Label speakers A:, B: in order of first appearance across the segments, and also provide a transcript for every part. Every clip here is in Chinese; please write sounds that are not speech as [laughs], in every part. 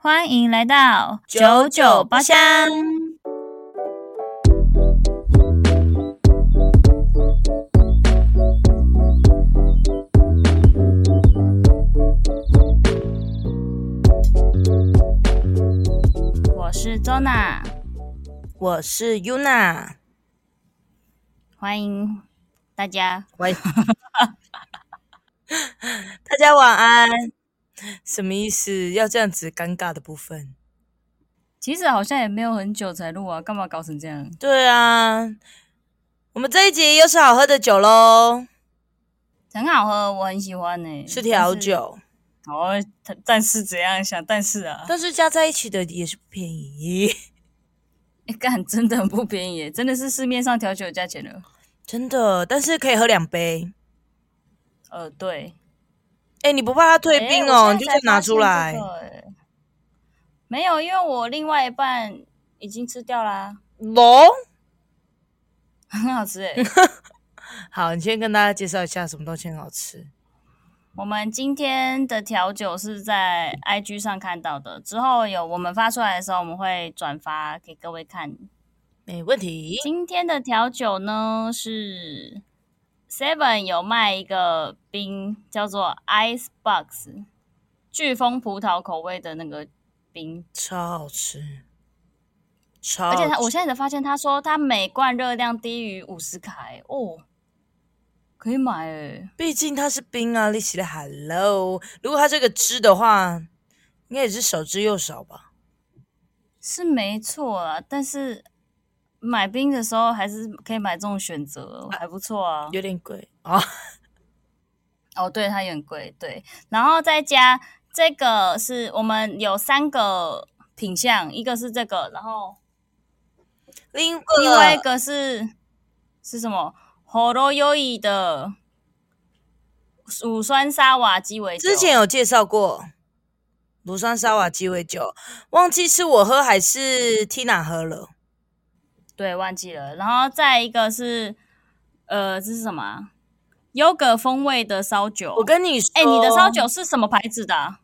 A: 欢迎来到
B: 九九包厢。
A: 我是周娜，
B: 我是 Yuna，
A: 欢迎大家。
B: 喂，大家晚安。什么意思？要这样子尴尬的部分？
A: 其实好像也没有很久才录啊，干嘛搞成这样？
B: 对啊，我们这一集又是好喝的酒喽，
A: 很好喝，我很喜欢呢、
B: 是调。酒，
A: 但是哦，它但是怎样想？但是啊，
B: 但是加在一起的也是不便宜， [laughs]
A: [laughs] 哎干真的很不便宜耶，真的是市面上调酒的价钱了。
B: 真的。但是可以喝两杯。
A: 呃，对，
B: 哎、你不怕它退冰哦？你就再拿出来。
A: 没有，因为我另外一半已经吃掉啦，
B: 龙，
A: 很好
B: [laughs]
A: 吃诶、
B: 好，你先跟大家介绍一下什么东西很好吃。
A: 我们今天的调酒是在 IG 上看到的，之后有我们发出来的时候，我们会转发给各位看。
B: 没问题，
A: 今天的调酒呢是 Seven 有卖一个冰，叫做 Ice Box 飓风葡萄口味的那个冰，
B: 超好吃，超
A: 而
B: 好吃
A: 且他我现在才发现，他说他每罐热量低于五十卡、欸，哦，可以买欸诶、
B: 毕竟它是冰啊，立起来 hello。如果它这个汁的话，应该也是少之又少吧。
A: 是没错啊，但是买冰的时候还是可以买这种选择，还不错啊。
B: 有点贵啊，
A: 哦，对，它也很贵，对。然后再加这个是我们有三个品相，一个是这个，然后
B: 另外
A: 另外一个是是什么？喉咙优异的乳酸沙瓦鸡尾酒，
B: 之前有介绍过乳酸沙瓦鸡尾酒，忘记是我喝还是 Tina 喝了。
A: 对忘记了。然后再一个是呃，这是什么啊？优格风味的烧酒，
B: 我跟你说，
A: 哎、你的烧酒是什么牌子的啊、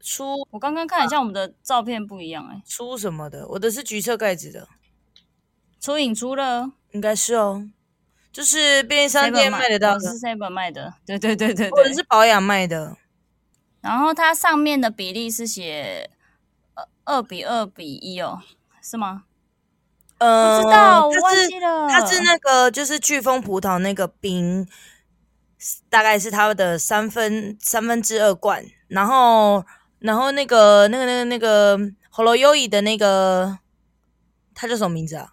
B: 出
A: 我刚刚
B: 呃
A: 看了一下我们的照片不一样、哎，
B: 出什么的？我的是橘色盖子的，
A: 出影出了
B: 应该是哦，就是便利商
A: Seven
B: 店
A: 卖
B: 卖得到
A: 哦
B: 的，
A: 是 Seven 卖的，对对对对
B: 或者
A: 对。
B: 是保养卖的。
A: 然后它上面的比例是写呃二比二比一哦，是吗？
B: 呃，
A: 不知道，我
B: 它
A: 忘
B: 是
A: 记了。
B: 它是那个就是飓风葡萄那个冰，大概是它的三分三分之二罐，然后然后那个那个那个那个 h o l o y o i 的那个，它叫什么名字啊？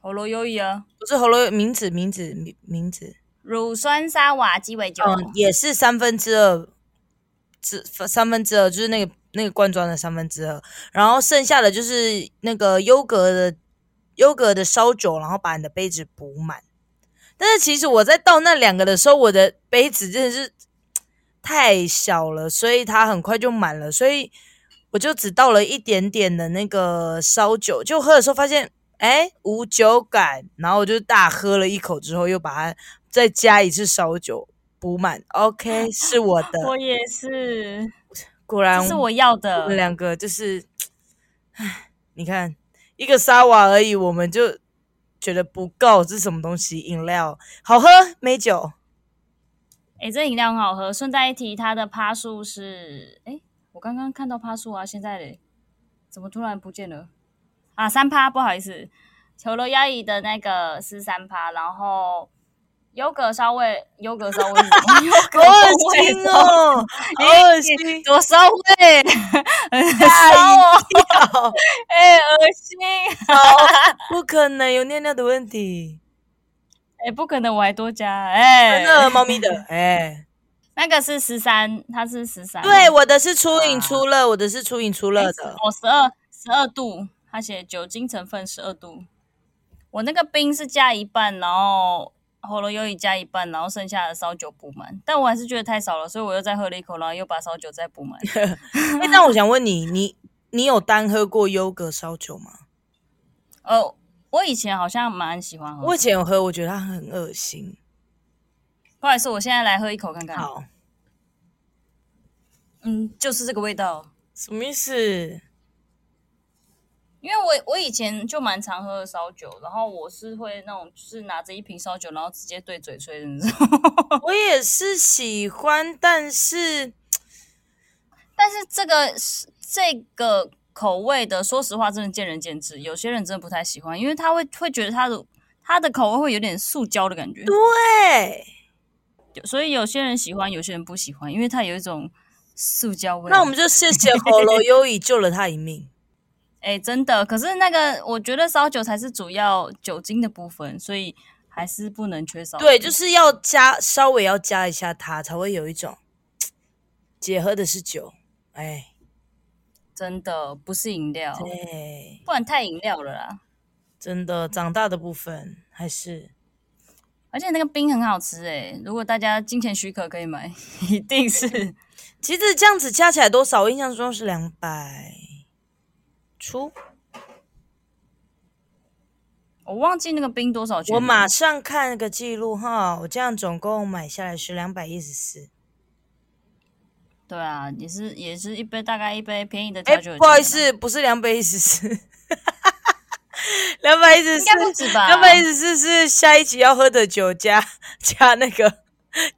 A: 喉咙优异啊，
B: 不是 h o l o 名字名字名名字，
A: 乳酸沙瓦鸡尾酒，
B: 嗯，也是三分之二，之三分之二就是那个那个罐装的三分之二，然后剩下的就是那个优格的优格的烧酒，然后把你的杯子补满。但是其实我在倒那两个的时候，我的杯子真的是太小了，所以它很快就满了，所以我就只倒了一点点的那个烧酒，就喝的时候发现。哎，无酒感，然后我就大喝了一口之后，又把它再加一次烧酒补满。OK，
A: [laughs]
B: 是我的，
A: 我也是，
B: 果然
A: 这是我要
B: 我们
A: 的。
B: 两个就是，唉，你看一个沙瓦而已，我们就觉得不够，这是什么东西？饮料好喝，美酒
A: 哎、这饮料很好喝。顺带一提，它的趴数是，哎、我刚刚看到趴数啊，现在嘞，怎么突然不见了？啊，三趴，不好意思，球楼压椅的那个是三趴，然后优格烧味，优格烧味是什么，优格
B: 好
A: 风
B: 恶
A: 味
B: 心， [laughs] 哦，好恶心，
A: 哎多烧味，很烧哦，哎、恶心，
B: [laughs] 不可能有尿尿的问题，
A: 哎、不可能，我还多加，哎、
B: 真的，猫咪 [laughs] 的，哎，
A: 那个是十三，它是十三，
B: 对，我的是初饮初乐，我的是初饮初乐的，
A: 我哎十二十二度，它写酒精成分十二度。我那个冰是加一半，然后喉咙优饮加一半，然后剩下的烧酒补满。但我还是觉得太少了，所以我又再喝了一口，然后又把烧酒再补满。
B: 哎，那我想问你，你你有单喝过优格烧酒吗？
A: 呃，我以前好像蛮喜欢喝
B: 我以，前有喝，我觉得它很恶心。
A: 不
B: 嗯
A: 好意思，我现在来喝一口看看。
B: 好，
A: 嗯，就是这个味道，
B: 什么意思？
A: 因为我我以前就蛮常喝烧酒，然后我是会那种就是拿着一瓶烧酒，然后直接对嘴吹的那种。
B: 我也是喜欢，但是
A: 但是这个这个口味的，说实话真的见仁见智，有些人真的不太喜欢，因为他会会觉得它的它的口味会有点塑胶的感觉，
B: 对，
A: 所以有些人喜欢，有些人不喜欢，因为它有一种塑胶味。
B: 那我们就谢谢喉咙优以救了他一 [laughs] 命。
A: 哎、真的，可是那个我觉得烧酒才是主要酒精的部分，所以还是不能缺少。
B: 对，就是要加稍微要加一下它，才会有一种嘖姐喝的是酒，哎，
A: 真的不是饮料，
B: 哦对，
A: 不然太饮料了啦。
B: 真的长大的部分还是
A: 而且那个冰很好吃诶、如果大家金钱许可可以买， [laughs] 一定是
B: 其实这样子加起来多少？我印象中是两百出。
A: 我忘记那个冰多少钱了。
B: 我马上看个记录哈，我这样总共买下来是两百一十四。
A: 对啊，也是也是一杯大概一杯便宜的
B: 哎
A: 调酒、，
B: 不好意，思，不是两百一十四，两百一十
A: 应
B: 四
A: 该不
B: [laughs]
A: 止吧？
B: 两百一十四是下一集要喝的酒加加那个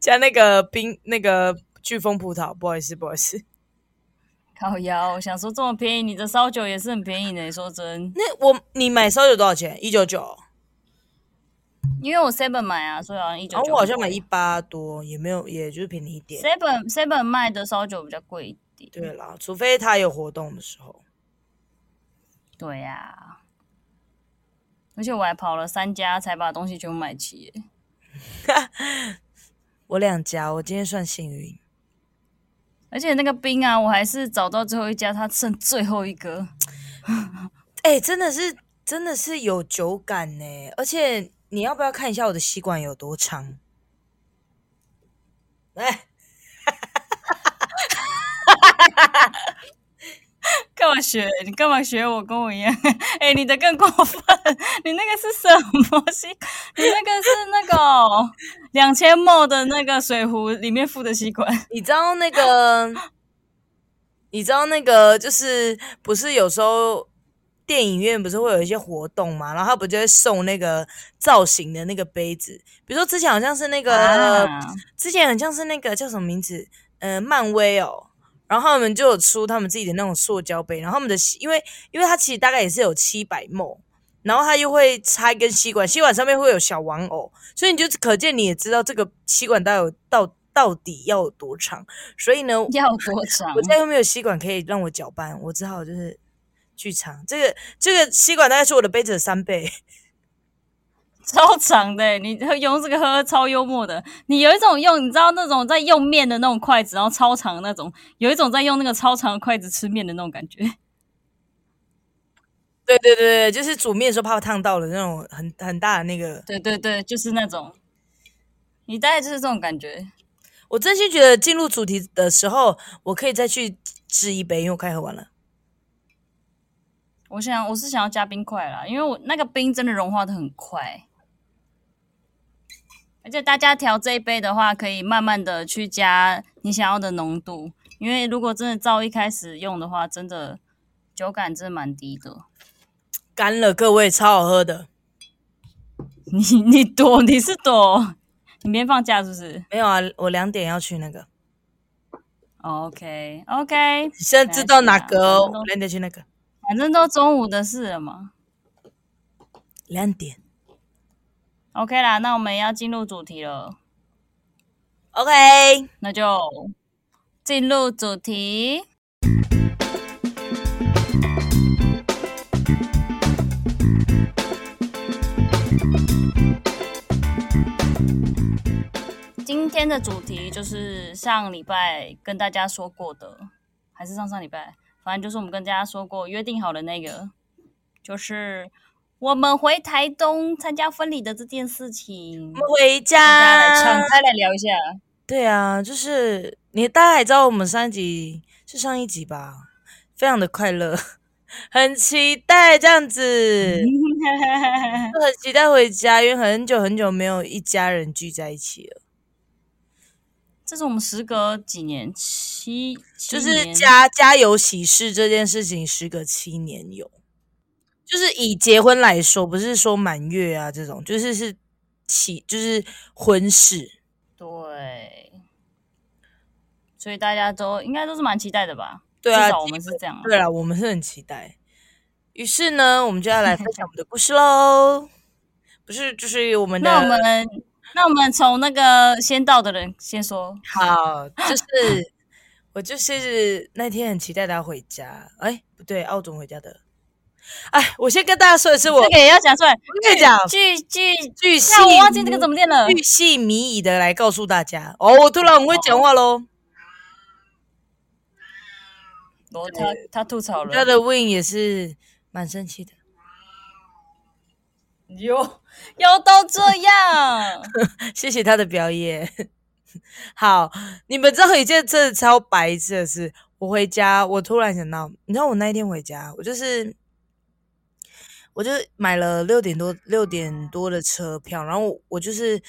B: 加那个冰那个飓风葡萄，不好意思，不好意思。
A: 烤窑，我想说这么便宜，你的烧酒也是很便宜的、说真，
B: 那我你买烧酒多少钱？一九九，
A: 因为我 seven 买啊，所以好像一九
B: 然
A: 九。
B: 哦后我好像买一八多，也没有，也就是便宜一点。
A: seven seven 卖的烧酒比较贵一点。
B: 对啦，除非它有活动的时候。
A: 对呀、而且我还跑了三家才把东西全部买齐耶、
B: 我两家，我今天算幸运。
A: 而且那个冰啊，我还是找到最后一家，它剩最后一个。
B: 哎、真的是真的是有酒感呢、而且你要不要看一下我的吸管有多长？哎，
A: 干嘛学？你干嘛学我？跟我一样？ [laughs] 哎、你的更过分！你那个是什么吸？你那个是那个两千沫的那个水壶里面附的吸管。
B: 你知道那个，你知道那个，就是不是有时候电影院不是会有一些活动嘛？然后他不就会送那个造型的那个杯子，比如说之前好像是那个，
A: 啊
B: 之前好像是那个叫什么名字？呃，漫威哦。然后他们就有出他们自己的那种塑胶杯，然后他们的吸因为因为它其实大概也是有七百沫，然后它又会插一根吸管，吸管上面会有小玩偶，所以你就可见你也知道这个吸管到底有到到底要有多长。所以呢，
A: 要多长
B: 我？家又没有吸管可以让我搅拌，我只好就是去长。这个这个吸管大概是我的杯子的三倍。 [laughs]
A: 超长的、你喝用这个喝超幽默的。你有一种用，你知道那种在用面的那种筷子，然后超长的那种；有一种在用那个超长的筷子吃面的那种感觉。
B: 对对对对，就是煮面的时候怕烫到了那种很很大的那个。
A: 对对对，就是那种。你大概就是这种感觉。
B: 我真心觉得进入主题的时候，我可以再去制一杯，因为我快喝完了。
A: 我想我是想要加冰块啦，因为我那个冰真的融化的很快，而且大家调这一杯的话，可以慢慢的去加你想要的浓度，因为如果真的照一开始用的话，真的酒感真的蛮低的。
B: 干了，各位，超好喝的。
A: 你你躲你是躲，你明天放假是不是、
B: 没有啊，我两点要去那个，
A: o k OK，
B: 你现在知道哪个哦
A: 没关系啊反正都？
B: 两点去那个，
A: 反正都中午的事了嘛。
B: 两点。
A: OK 啦，那我们要进入主题了，
B: OK，嗯
A: 那就进入主题。今天的主题就是上礼拜跟大家说过的，还是上上礼拜，反正就是我们跟大家说过约定好的那个，就是我们回台东参加婚礼的这件事情
B: 我。们回
A: 大家
B: 家
A: 来敞开来聊一下。
B: 对啊，就是你大家也知道，我们上一集是上一集吧，非常的快乐，很期待这样子，就很期待回家，因为很久很久没有一家人聚在一起了。
A: 这是我们时隔几年，七
B: 就
A: 七
B: 是
A: 年
B: 家家有喜事这件事情，时隔七年有，就是以结婚来说，不是说满月啊这种，就是是喜，就是婚事。
A: 对，所以大家都应该都是蛮期待的吧？
B: 对啊
A: 至少我们是这样啊。
B: 对啦，我们是很期待。于是呢，我们就要来分享我们的故事喽。不是，就是我们的
A: 那我们那我们从那个先到的人先说，
B: 好，就是我就是那天很期待他回家，哎，不对，澳总回家的。哎，我先跟大家说一次，我
A: 这个也要讲出来。
B: 我跟你讲，
A: 巨巨，
B: 巨细，
A: 那我忘记这个怎么念 [laughs] 了。
B: 巨细靡遗的来告诉大家。哦，我突然很会讲话喽。
A: 我他哦他吐槽
B: 他
A: 了，
B: 的 Win 也是蛮生气的。
A: 有有都这
B: [laughs]
A: 样，
B: 谢谢他的表演。 [laughs] 好，你们知道一件真的超白痴的事，我回家，我突然想到，你知道我那一天回家，我就是，我就买了六点多六点多的车票，然后我我就是。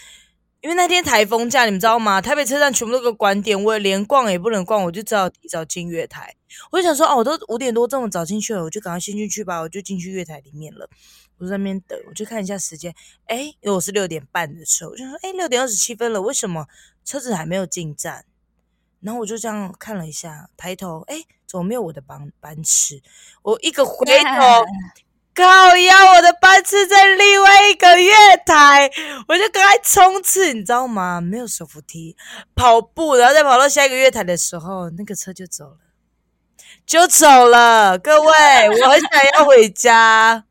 B: 因为那天台风假，你们知道吗？台北车站全部都给我关店，我也连逛也不能逛，我就只好提早进月台。我就想说，哦，我都五点多这么早进去了，我就赶快先进去吧，我就进去月台里面了。我就在那边等，我就看一下时间，哎，因为我是六点半的车，我就说，哎，六点二十七分了，为什么车子还没有进站？然后我就这样看了一下，抬头，哎，怎么没有我的班班次？我一个回头，靠腰，我的班次在另外一个月台，我就赶快冲刺，你知道吗？没有手扶梯，跑步，然后再跑到下一个月台的时候，那个车就走了，就走了。各位，我很想要回家。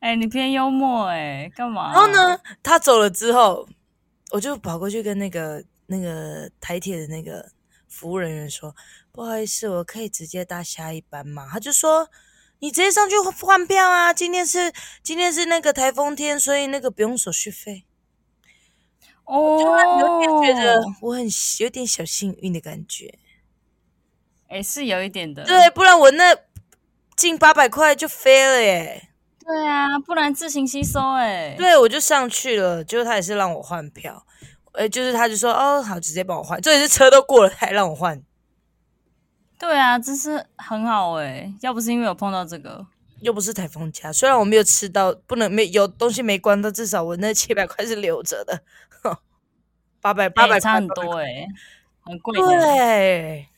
A: 哎、你偏幽默哎、干嘛？
B: 然后？呢，他走了之后，我就跑过去跟那个那个台铁的那个服务人员说：“不好意思，我可以直接搭下一班吗？”他就说：“你直接上去换票啊！今天是今天是那个台风天，所以那个不用手续费。”
A: 哦，
B: 有点觉得我很有点小幸运的感觉。
A: 哎、是有一点的。
B: 对，不然我那近八百块就飞了耶。
A: 对啊，不然自行吸收哎、
B: 对，我就上去了，结果他也是让我换票，呃，就是他就说哦好，直接帮我换，这也是车都过了，他还让我换，
A: 对啊，真是很好哎、要不是因为有碰到这个，
B: 又不是台风假，虽然我没有吃到，不能没有东西没关，但至少我那七百块是留着的， [laughs] 八百八
A: 哎
B: 百
A: 差很多哎、很贵的。
B: 对，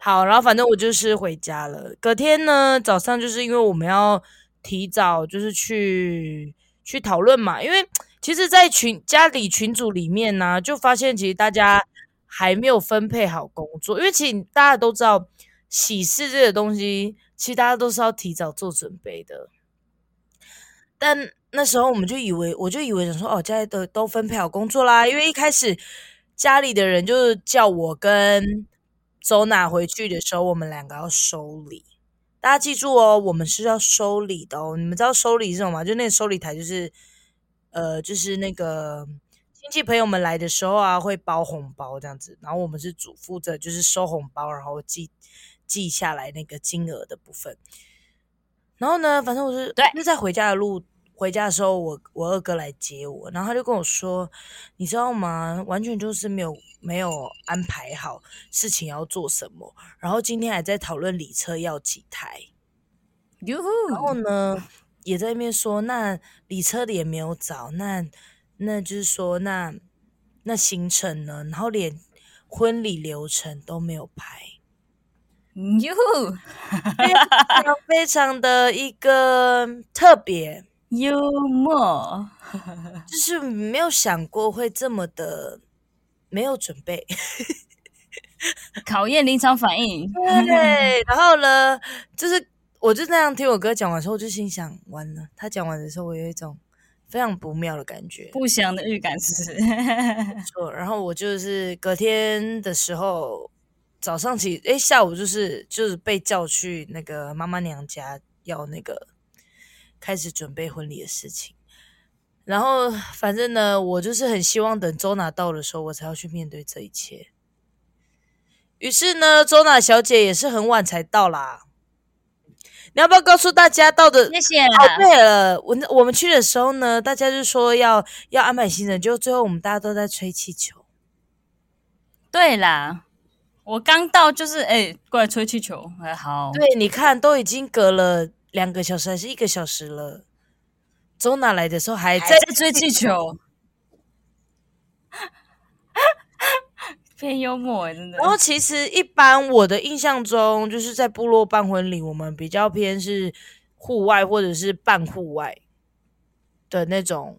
B: 好，然后反正我就是回家了。隔天呢，早上就是因为我们要提早就是去去讨论嘛，因为其实，在群家里群组里面呢、就发现其实大家还没有分配好工作，因为其实大家都知道喜事这个东西，其实大家都是要提早做准备的。但那时候我们就以为，我就以为想说，哦，家里都都分配好工作啦，因为一开始家里的人就是叫我跟周娜回去的时候，我们两个要收礼。大家记住哦，我们是要收礼的哦。你们知道收礼是什么吗？就那个收礼台，就是呃，就是那个亲戚朋友们来的时候啊，会包红包这样子。然后我们是主负责就是收红包，然后记记下来那个金额的部分。然后呢，反正我是
A: 对
B: 就在回家的路，回家的时候我，我二哥来接我，然后他就跟我说，你知道吗？完全就是没有没有安排好事情要做什么，然后今天还在讨论礼车要几台，
A: 哟
B: 然
A: 呼，
B: 后呢也在那边说，那礼车的也没有找，那那就是说那那行程呢，然后连婚礼流程都没有排。
A: 哟呼，
B: 非常非常的一个特别，
A: 幽默，
B: 就是没有想过会这么的没有准备。
A: 考验临场反应。
B: 对，然后呢，就是我就那样听我哥讲完之后，我就心想完了。他讲完的时候，我有一种非常不妙的感觉。
A: 不祥的预感
B: [laughs]
A: 是，
B: 没错，然后我就是隔天的时候早上起，诶，下午就是就是被叫去那个妈妈娘家要那个开始准备婚礼的事情。然后反正呢，我就是很希望等周娜到的时候，我才要去面对这一切。于是呢，周娜小姐也是很晚才到啦。你要不要告诉大家到的
A: 谢谢啦。
B: 哦，对了，我那我们去的时候呢，大家就说要要安排行程，就最后我们大家都在吹气球。
A: 对啦，我刚到就是哎、过来吹气球，哎、好，
B: 对，你看都已经隔了两个小时还是一个小时了，周娜来的时候还
A: 还在
B: 在
A: 吹气球， [laughs] 偏幽默哎、真的。
B: 然后其实一般我的印象中，就是在部落办婚礼，我们比较偏是户外或者是半户外的那种，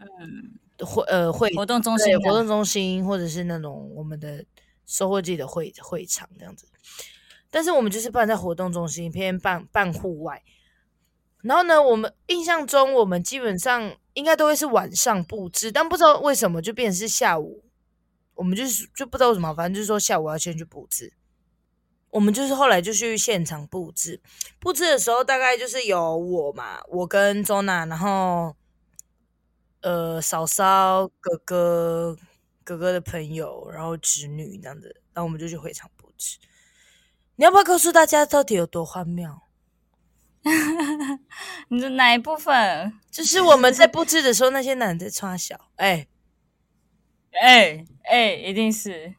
B: 嗯，会呃会
A: 活动中
B: 对
A: 心
B: 活动中心，或者是那种我们的收获自己的会会场这样子。但是我们就是办在活动中心，偏办办户外。然后呢，我们印象中我们基本上应该都会是晚上布置，但不知道为什么就变成是下午，我们就是就不知道为什么，反正就是说下午要先去布置。我们就是后来就去现场布置，布置的时候大概就是有我嘛，我跟周娜，然后呃嫂嫂、哥哥、哥哥的朋友，然后侄女这样子，然后我们就去会场布置。你要不要告诉大家到底有多荒谬？
A: 你的哪一部分？
B: 就是我们在布置的时候，那些男的在穿小，哎、
A: 哎、哎、一定是，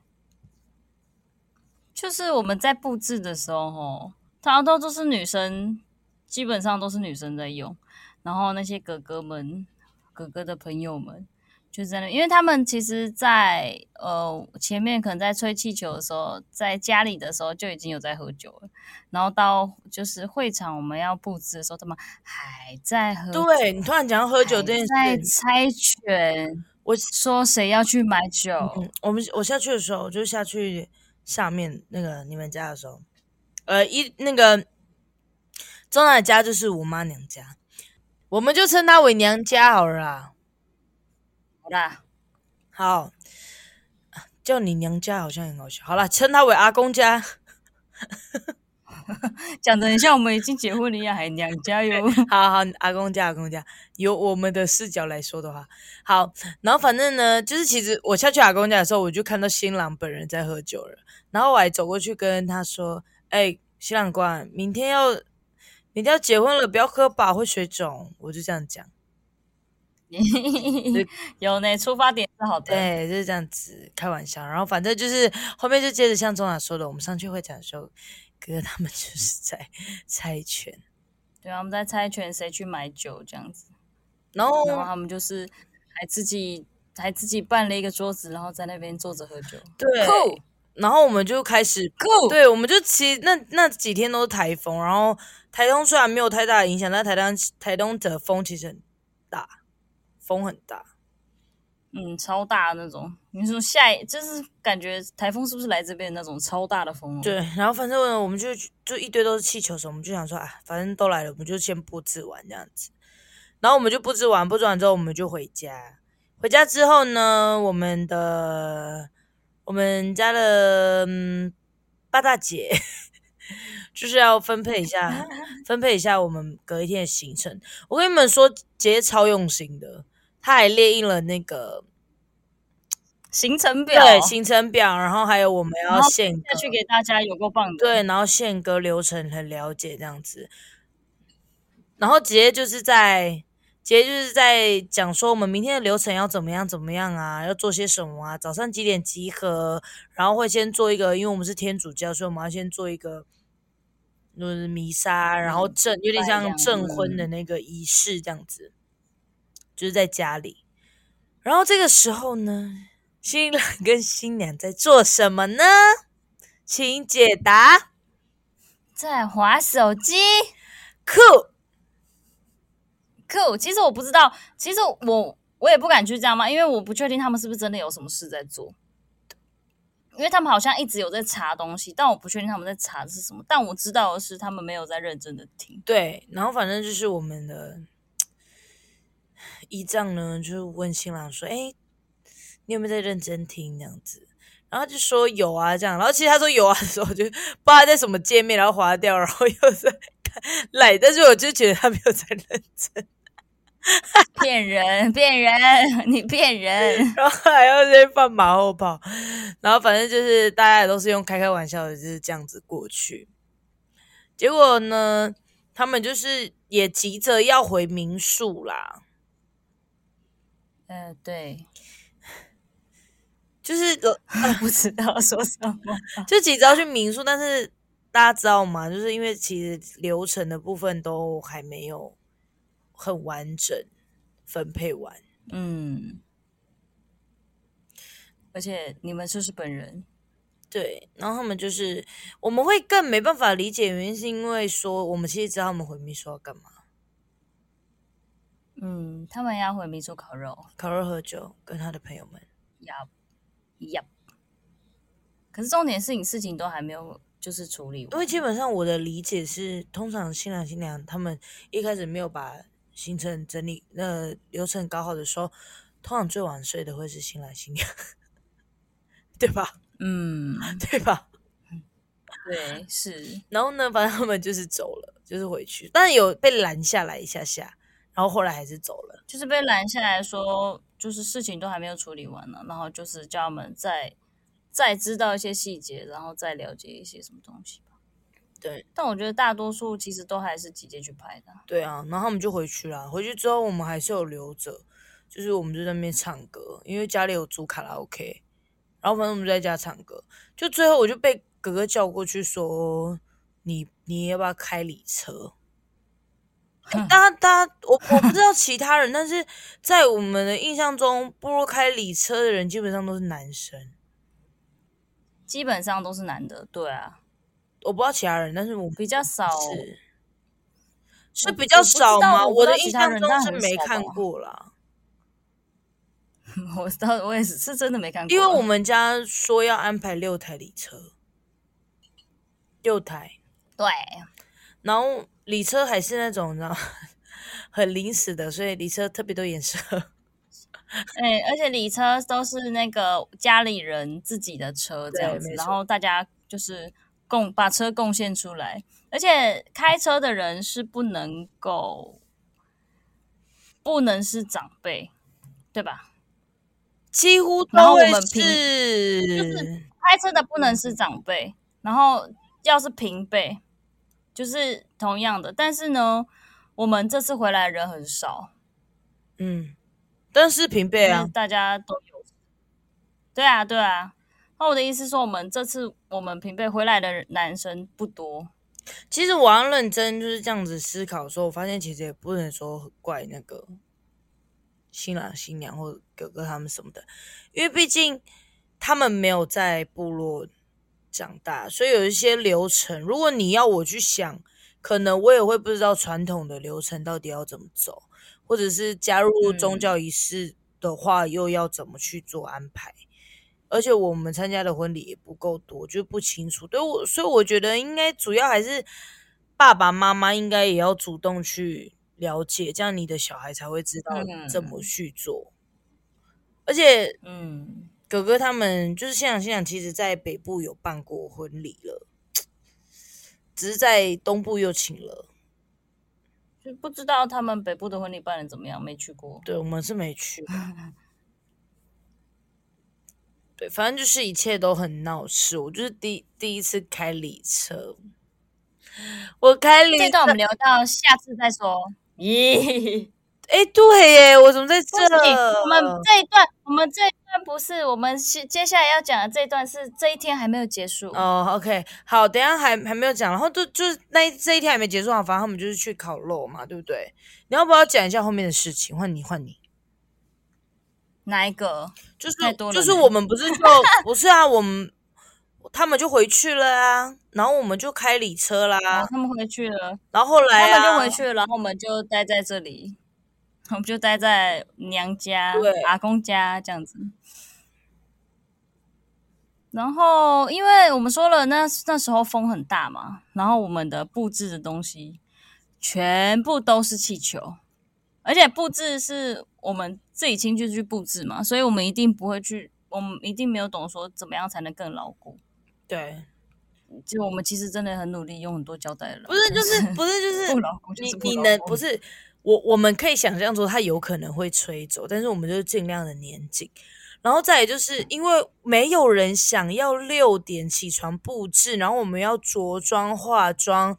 A: 就是我们在布置的时候，吼，通常都都是女生，基本上都是女生在用，然后那些哥哥们、哥哥的朋友们。就在那，因为他们其实在，呃前面可能在吹气球的时候，在家里的时候就已经有在喝酒了，然后到就是会场我们要布置的时候，他们还在喝酒，
B: 对你突然讲到喝酒这件
A: 还
B: 事，
A: 在猜拳，
B: 我
A: 说谁要去买酒，
B: 嗯，我们我下去的时候，我就下去下面那个你们家的时候，呃，一那个周娜的家就是我妈娘家，我们就称她为娘家好了啦。
A: 好啦，
B: 好，叫你娘家好像很好笑。好啦，称她为阿公家。 [laughs]
A: 讲的很像我们已经结婚了一样，还娘家哟。
B: 好好，阿公家，阿公家，由我们的视角来说的话，好，然后反正呢，就是其实我下去阿公家的时候，我就看到新郎本人在喝酒了，然后我还走过去跟他说：“哎、新郎官，明天要明天要结婚了，不要喝吧，会水肿。”我就这样讲，
A: [laughs] 有呢，出发点是好的。
B: 对，哎就是这样子开玩笑。然后反正就是后面就接着像钟雅说的，我们上去会场的时候，哥哥他们就是在 [laughs] 猜拳，
A: 对啊，我们在猜拳谁去买酒这样子，
B: 然后
A: 然后他们就是还自己还自己办了一个桌子，然后在那边坐着喝酒。
B: 对，
A: 酷
B: 然后我们就开始
A: 酷，
B: 对，我们就其实那那几天都是台风，然后台东虽然没有太大的影响，但台东台东的风其实很大，风很大。
A: 嗯，超大的那种。你说下一就是感觉台风是不是来这边的那种超大的风、哦？
B: 对，然后反正呢我们就就一堆都是气球什么，我们就想说啊，反正都来了，我们就先布置完这样子。然后我们就布置完，布置完之后我们就回家。回家之后呢，我们的我们家的、嗯、八大姐 [laughs] 就是要分配一
A: [laughs]
B: 下，分配一下我们隔一天的行程。我跟你们说，姐姐超用心的，她还列印了那个
A: 行程表
B: 对行程表，然后还有我们要
A: 然后
B: 献歌
A: 下去给大家有够棒的。
B: 对，然后宪哥流程很了解这样子，然后姐姐就是在姐姐就是在讲说我们明天的流程要怎么样怎么样啊，要做些什么啊，早上几点集合，然后会先做一个，因为我们是天主教，所以我们要先做一个。就是弥撒，然后
A: 嗯
B: 证有
A: 拜
B: 点
A: 这
B: 像
A: 样嗯
B: 证婚的那个仪式这样子，就是在家里。然后这个时候呢，新郎跟新娘在做什么呢？请解答。
A: 在划手机。
B: 酷，
A: 酷，其实我不知道，其实我我也不敢去这样嘛，因为我不确定他们是不是真的有什么事在做，因为他们好像一直有在查东西，但我不确定他们在查的是什么，但我知道的是他们没有在认真的听。
B: 对，然后反正就是我们的仪仗呢，就是问新郎说：“哎、你有没有在认真听？”这样子，然后他就说有啊，这样。然后其实他说有啊的时候，我就不知道他在什么界面，然后划掉，然后又在看赖，但是我就觉得他没有在认真，
A: 骗人， [laughs] 骗人，你骗人。
B: 然后还要在那边放马后炮，然后反正就是大家也都是用开开玩笑的，就是这样子过去。结果呢，他们就是也急着要回民宿啦。
A: 呃，对，
B: 就是有
A: 不知道说什么。
B: 就其实要去民宿，但是大家知道吗？就是因为其实流程的部分都还没有很完整分配完。
A: 嗯，而且你们就是本人，
B: 对，然后他们就是我们会更没办法理解，原因是因为说我们其实知道他们回民宿要干嘛，
A: 嗯，他们要回民宿烤肉，
B: 烤肉、喝酒，跟他的朋友们。
A: 呀呀。可是重点是你事情都还没有就是处理
B: 因
A: 完，
B: 为基本上我的理解是，通常新郎新娘他们一开始没有把行程整理、呃流程搞好的时候，通常最晚睡的会是新郎新娘， [laughs] 对吧？
A: 嗯，
B: 对吧？ [laughs]
A: 对，是，
B: 然后呢，反正他们就是走了，就是回去，但是有被拦下来一下下，然后后来还是走了。
A: 就是被拦下来说，就是事情都还没有处理完呢、然后就是叫他们再再知道一些细节，然后再了解一些什么东西吧。
B: 对，
A: 但我觉得大多数其实都还是直接去拍的啊，
B: 对啊，然后他们就回去了。回去之后，我们还是有留着，就是我们就在那边唱歌，因为家里有租卡拉 OK，然后反正我们就在家唱歌。就最后我就被哥哥叫过去说：“你你要不要开礼车？”
A: 哼
B: [laughs] 大家大家，我我不知道其他人，但是在我们的印象中，步入开礼车的人基本上都是男生。
A: 基本上都是男的，对啊，
B: 我不知道其他人，但是我
A: 比较少。
B: 是是
A: 哦我
B: 比较
A: 我不知道
B: 少吗？
A: 我不知道
B: 的
A: 其
B: 印
A: 他
B: 象
A: 人
B: 中
A: 但
B: 是
A: 很
B: 没
A: 少
B: 看
A: 吧
B: 过啦。
A: 我知道，我也是是真的没看过，
B: 因为我们家说要安排六台礼车，六台，
A: 对
B: 然后礼车还是那种你知道很临时的，所以礼车特别多颜色。
A: 哎、而且礼车都是那个家里人自己的车这样
B: 对
A: 子，
B: 没
A: 然
B: 错
A: 后大家就是贡把车贡献出来，而且开车的人是不能够，不能是长辈，对吧？
B: 几乎
A: 然后
B: 都
A: 我
B: 会
A: 们平
B: 是，
A: 开车的不能是长辈，然后要是平辈，就是同样的。但是呢，我们这次回来人很少，
B: 嗯，但是平辈
A: 就
B: 啊
A: 是，大家都有。对啊，对啊。那我的意思是说，我们这次我们平辈回来的人男生不多，
B: 其实我要认真就是这样子思考的时候，我发现其实也不能说怪那个新郎新娘或哥哥他们什么的，因为毕竟他们没有在部落长大，所以有一些流程，如果你要我去想，可能我也会不知道传统的流程到底要怎么走，或者是加入宗教仪式的话，又要怎么去做安排。而且我们参加的婚礼也不够多，就不清楚。对我，所以我觉得应该主要还是爸爸妈妈应该也要主动去了解，这样你的小孩才会知道
A: 嗯
B: 怎么去做。而且
A: 嗯，
B: 哥哥他们就是现场现场，其实在北部有办过婚礼了，只是在东部又请了。
A: 就不知道他们北部的婚礼办的怎么样，没去过。
B: 对，我们是没去
A: [laughs]
B: 的。对，反正就是一切都很闹事。我就是第第一次开礼车，我开礼
A: 这
B: 车
A: 段我，们留到下次再说。咦， [laughs]
B: 哎，对耶，我怎么在这
A: 不行，？我们这一段，我们这一段不是我们是接下来要讲的这一段是这一天还没有结束。
B: 哦，OK，好，等一下还还没有讲，然后就就是那一这一天还没结束好，反正他们就是去烤肉嘛，对不对？你要不要讲一下后面的事情？换你，换你。
A: 哪一个？
B: 就是
A: 太多了
B: 就是
A: 呢
B: 我们不
A: [laughs]
B: 是就不是啊，我们他们就回去了啊，然后我们就开礼车啦，
A: 啊，他们回去了，
B: 然后后来、
A: 他
B: 啊、
A: 们就回去了，然后我们就待在这里，我们就待在娘家
B: 对、
A: 阿公家这样子。然后，因为我们说了那那时候风很大嘛，然后我们的布置的东西全部都是气球，而且布置是我们自己亲自去布置嘛，所以我们一定不会去，我们一定没有懂说怎么样才能更牢固。
B: 对，
A: 就我们其实真的很努力，用很多胶带了，
B: 不是就是不是就是
A: 不牢固，就
B: 你
A: 是不
B: 你
A: 牢
B: 能
A: 固
B: 不是我我们可以想象说它有可能会吹走，但是我们就尽量的粘紧。然后再也就是因为没有人想要六点起床布置，然后我们要着装化妆，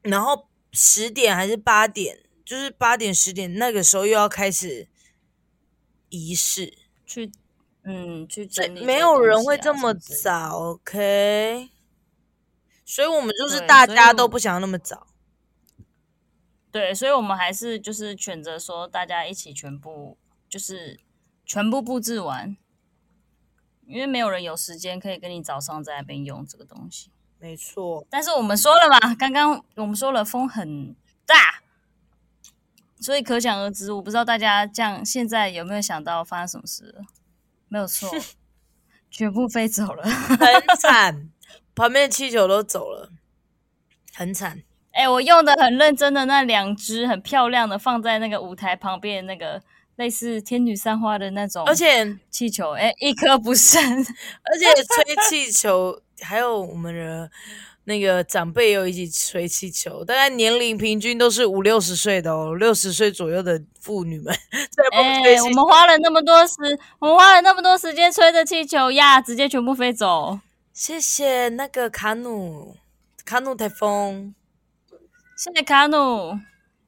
B: 然后十点还是八点，就是八点十点那个时候又要开始仪式，
A: 去嗯，去
B: 所以
A: 整理、
B: 没有人
A: 啊
B: 会这么
A: 早。
B: 早，OK？所以我们就是
A: 对
B: 大
A: 所以
B: 家
A: 我
B: 都不想要那么早。
A: 对，所以我们还是就是选择说大家一起全部就是全部布置完，因为没有人有时间可以跟你早上在那边用这个东西。
B: 没错，
A: 但是我们说了嘛，刚刚我们说了风很大，所以可想而知，我不知道大家这样现在有没有想到发生什么事了？没有
B: [laughs]
A: 错，全部飞走了。 [laughs]
B: 很惨，旁边的气球都走了，很惨。
A: 哎、我用的很认真的那两只很漂亮的放在那个舞台旁边那个类似天女散花的那种，[laughs]
B: 而且
A: 气球，哎、一颗不剩。
B: 而且吹气球，还有我们的那个长辈也有一起吹气球，大概年龄平均都是五六十岁的哦，六十岁左右的妇女们 [laughs] 在
A: 哎、
B: 帮吹
A: 我
B: 气球。
A: 们花了那么多时，我们花了那么多时间吹着气球呀，直接全部飞走。
B: 谢谢那个卡努卡努台风，
A: 谢谢卡努，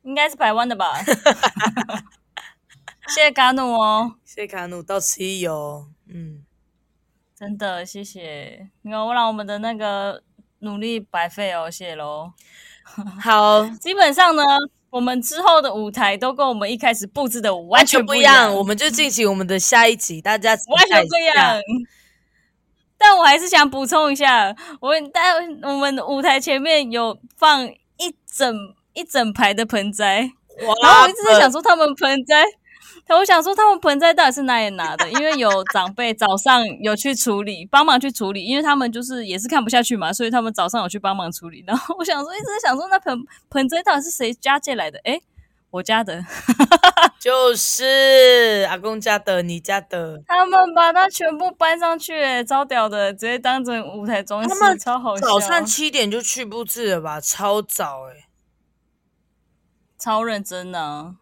A: 应该是台湾的吧？
B: [laughs]
A: 谢谢卡努哦，
B: 谢谢卡努到此一游。嗯，
A: 真的谢谢，你看我让我们的那个努力白费哦，谢喽。啊
B: 好，
A: 基本上呢，我们之后的舞台都跟我们一开始布置的完
B: 完
A: 全
B: 全
A: 不
B: 不
A: 一
B: 一
A: 样，
B: 样，我们就进行我们的下一集，大家期
A: 完
B: 待
A: 全
B: 一
A: 不一
B: 下
A: 样。但我还是想补充一下，我但我们舞台前面有放一整一整排的盆栽，然后我一直在想说他们盆栽，我想说他们盆栽到底是哪里拿的？因为有长辈早上有去处理，帮忙去处理，因为他们就是也是看不下去嘛，所以他们早上有去帮忙处理。然后我想说，一直在想说那盆盆栽到底是谁家借来的？诶，我家的， [laughs]
B: 就是阿公家的，你家的，
A: 他们把它全部搬上去、诶超屌的，直接当成舞台装饰
B: 他，们
A: 超好笑，啊
B: 早上七点就去布置了吧，超早哎、
A: 超认真呢、啊，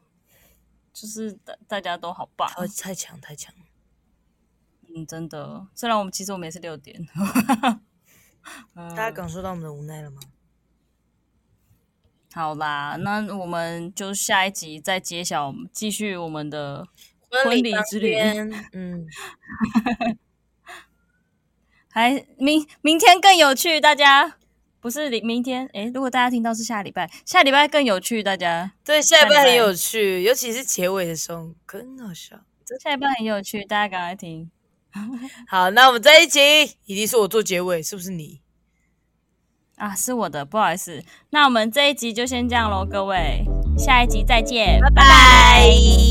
A: 就是大大家都好棒，
B: 欸，太太强太强了，
A: 嗯，真的。虽然我们其实我们也是六点， [laughs] 嗯
B: 大家感受到我们的无奈了吗？
A: 好啦，那我们就下一集再揭晓，继续我们的。婚礼
B: 当
A: 之旅
B: 天，嗯，
A: 还明明天更有趣，大家不是明明天诶，如果大家听到是下礼拜，下礼拜更有趣，大家
B: 对，下一
A: 下
B: 班
A: 礼
B: 很
A: 拜
B: 有趣，尤其是结尾的时候，很好笑。
A: 下礼拜很有趣，大家赶快听。
B: 好，那我们在一起，一定是我做结尾，是不是你？
A: 啊，是我的，不好意思。那我们这一集就先这样喽，各位，下一集再见，拜拜
B: 拜